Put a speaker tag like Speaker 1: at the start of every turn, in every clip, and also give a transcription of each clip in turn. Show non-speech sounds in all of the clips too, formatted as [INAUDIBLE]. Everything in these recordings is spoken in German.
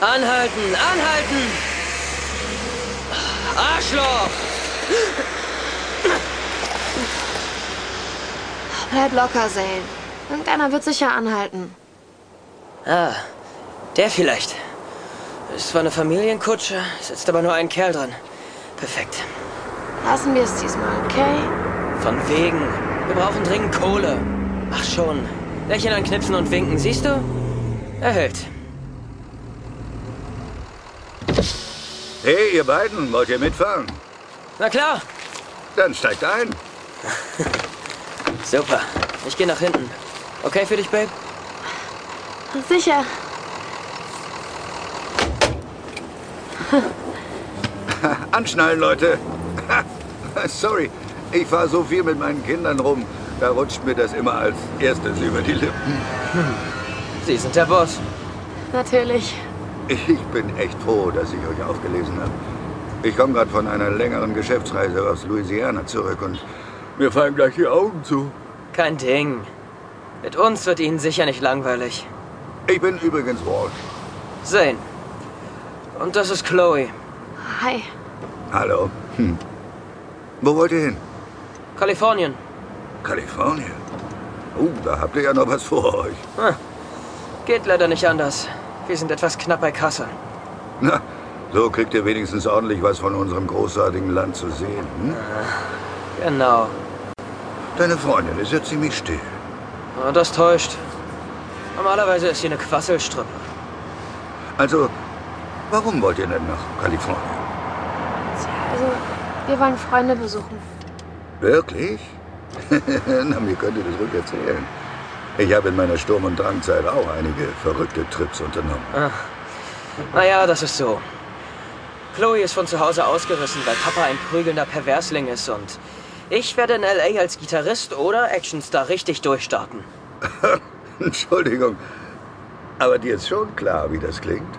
Speaker 1: Anhalten, anhalten! Arschloch!
Speaker 2: Bleib locker, Zane. Irgendeiner wird sicher anhalten.
Speaker 1: Ah, der vielleicht. Ist zwar eine Familienkutsche, sitzt aber nur ein Kerl dran. Perfekt.
Speaker 2: Lassen wir es diesmal, okay?
Speaker 1: Von wegen. Wir brauchen dringend Kohle. Ach schon. Lächeln anknipsen und winken, siehst du? Erhält.
Speaker 3: Hey, ihr beiden, wollt ihr mitfahren?
Speaker 1: Na klar.
Speaker 3: Dann steigt ein.
Speaker 1: Super. Ich gehe nach hinten. Okay für dich, Babe?
Speaker 2: Sicher.
Speaker 3: Anschnallen, Leute. [LAUGHS] Sorry, ich fahre so viel mit meinen Kindern rum. Da rutscht mir das immer als erstes über die Lippen.
Speaker 1: Sie sind der Boss.
Speaker 2: Natürlich.
Speaker 3: Ich bin echt froh, dass ich euch aufgelesen habe. Ich komme gerade von einer längeren Geschäftsreise aus Louisiana zurück und mir fallen gleich die Augen zu.
Speaker 1: Kein Ding. Mit uns wird Ihnen sicher nicht langweilig.
Speaker 3: Ich bin übrigens Walsh.
Speaker 1: Zane. Und das ist Chloe.
Speaker 2: Hi.
Speaker 3: Hallo. Hm. Wo wollt ihr hin?
Speaker 1: Kalifornien.
Speaker 3: Kalifornien. Oh, da habt ihr ja noch was vor euch.
Speaker 1: Hm. Geht leider nicht anders. Wir sind etwas knapp bei Kasse.
Speaker 3: Na, so kriegt ihr wenigstens ordentlich was von unserem großartigen Land zu sehen. Hm?
Speaker 1: Genau.
Speaker 3: Deine Freundin ist ja ziemlich still.
Speaker 1: Ah, Das täuscht. Normalerweise ist sie eine Quasselstrippe.
Speaker 3: Also, warum wollt ihr denn nach Kalifornien?
Speaker 2: Also, wir wollen Freunde besuchen.
Speaker 3: Wirklich? [LAUGHS] Na, mir könnt ihr das ruhig erzählen. Ich habe in meiner Sturm- und Drangzeit auch einige verrückte Trips [LAUGHS] unternommen.
Speaker 1: Naja, das ist so. Chloe ist von zu Hause ausgerissen, weil Papa ein prügelnder Perversling ist und ich werde in L.A. als Gitarrist oder Actionstar richtig durchstarten.
Speaker 3: Entschuldigung, aber dir ist schon klar, wie das klingt.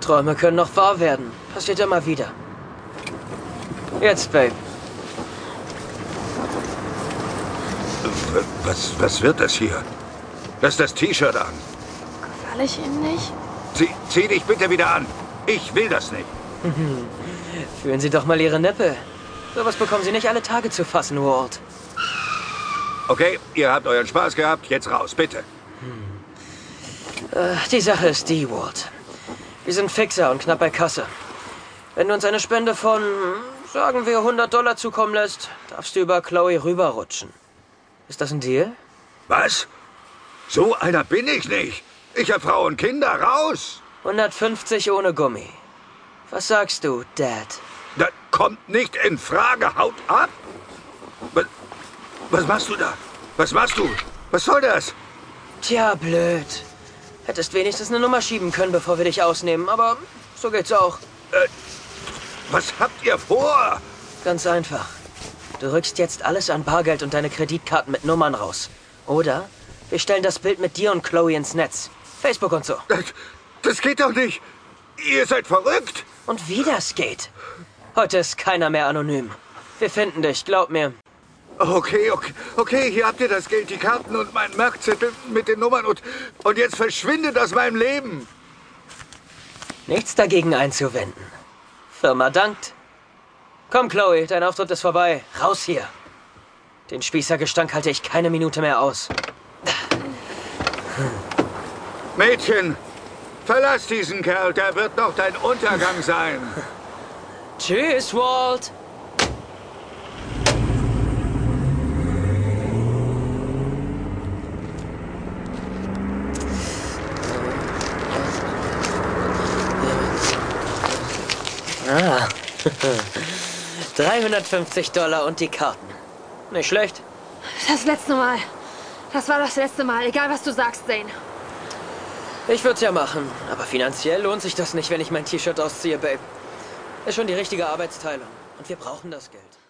Speaker 1: Träume können noch wahr werden. Passiert immer wieder. Jetzt, Babe.
Speaker 3: W- Was, was wird das hier? Lass das T-Shirt an.
Speaker 2: Falle ich Ihnen nicht?
Speaker 3: Zieh, zieh dich bitte wieder an. Ich will das nicht.
Speaker 1: Fühlen Sie doch mal Ihre Nippel. Sowas bekommen Sie nicht alle Tage zu fassen, Walt.
Speaker 3: Okay, ihr habt euren Spaß gehabt. Jetzt raus, bitte.
Speaker 1: Äh, Die Sache ist die, Walt. Wir sind Fixer und knapp bei Kasse. Wenn du uns eine Spende von, sagen wir, 100 Dollar zukommen lässt, darfst du über Chloe rüberrutschen. Ist das ein Deal?
Speaker 3: Was? So einer bin ich nicht. Ich hab Frau und Kinder. Raus!
Speaker 1: 150 ohne Gummi. Was sagst du, Dad?
Speaker 3: Das kommt nicht in Frage. Haut ab! Was, was machst du da? Was machst du? Was soll das?
Speaker 1: Tja, blöd. Hättest wenigstens eine Nummer schieben können, bevor wir dich ausnehmen, aber so geht's auch.
Speaker 3: Was habt ihr vor?
Speaker 1: Ganz einfach. Du rückst jetzt alles an Bargeld und deine Kreditkarten mit Nummern raus. Oder wir stellen das Bild mit dir und Chloe ins Netz. Facebook und so.
Speaker 3: Das, das geht doch nicht. Ihr seid verrückt.
Speaker 1: Und wie das geht. Heute ist keiner mehr anonym. Wir finden dich, glaub mir.
Speaker 3: Okay, okay, okay, hier habt ihr das Geld, die Karten und meinen Merkzettel mit den Nummern und, und jetzt verschwindet aus meinem Leben.
Speaker 1: Nichts dagegen einzuwenden. Firma dankt. Komm, Chloe, dein Auftritt ist vorbei. Raus hier. Den Spießergestank halte ich keine Minute mehr aus.
Speaker 3: Mädchen, verlass diesen Kerl, der wird noch dein Untergang sein.
Speaker 1: Tschüss, Walt. Ah. [LAUGHS] 350 Dollar und die Karten. Nicht schlecht.
Speaker 2: Das letzte Mal. Das war das letzte Mal. Egal, was du sagst, Zane.
Speaker 1: Ich würde es ja machen, aber finanziell lohnt sich das nicht, wenn ich mein T-Shirt ausziehe, Babe. Ist schon die richtige Arbeitsteilung und wir brauchen das Geld.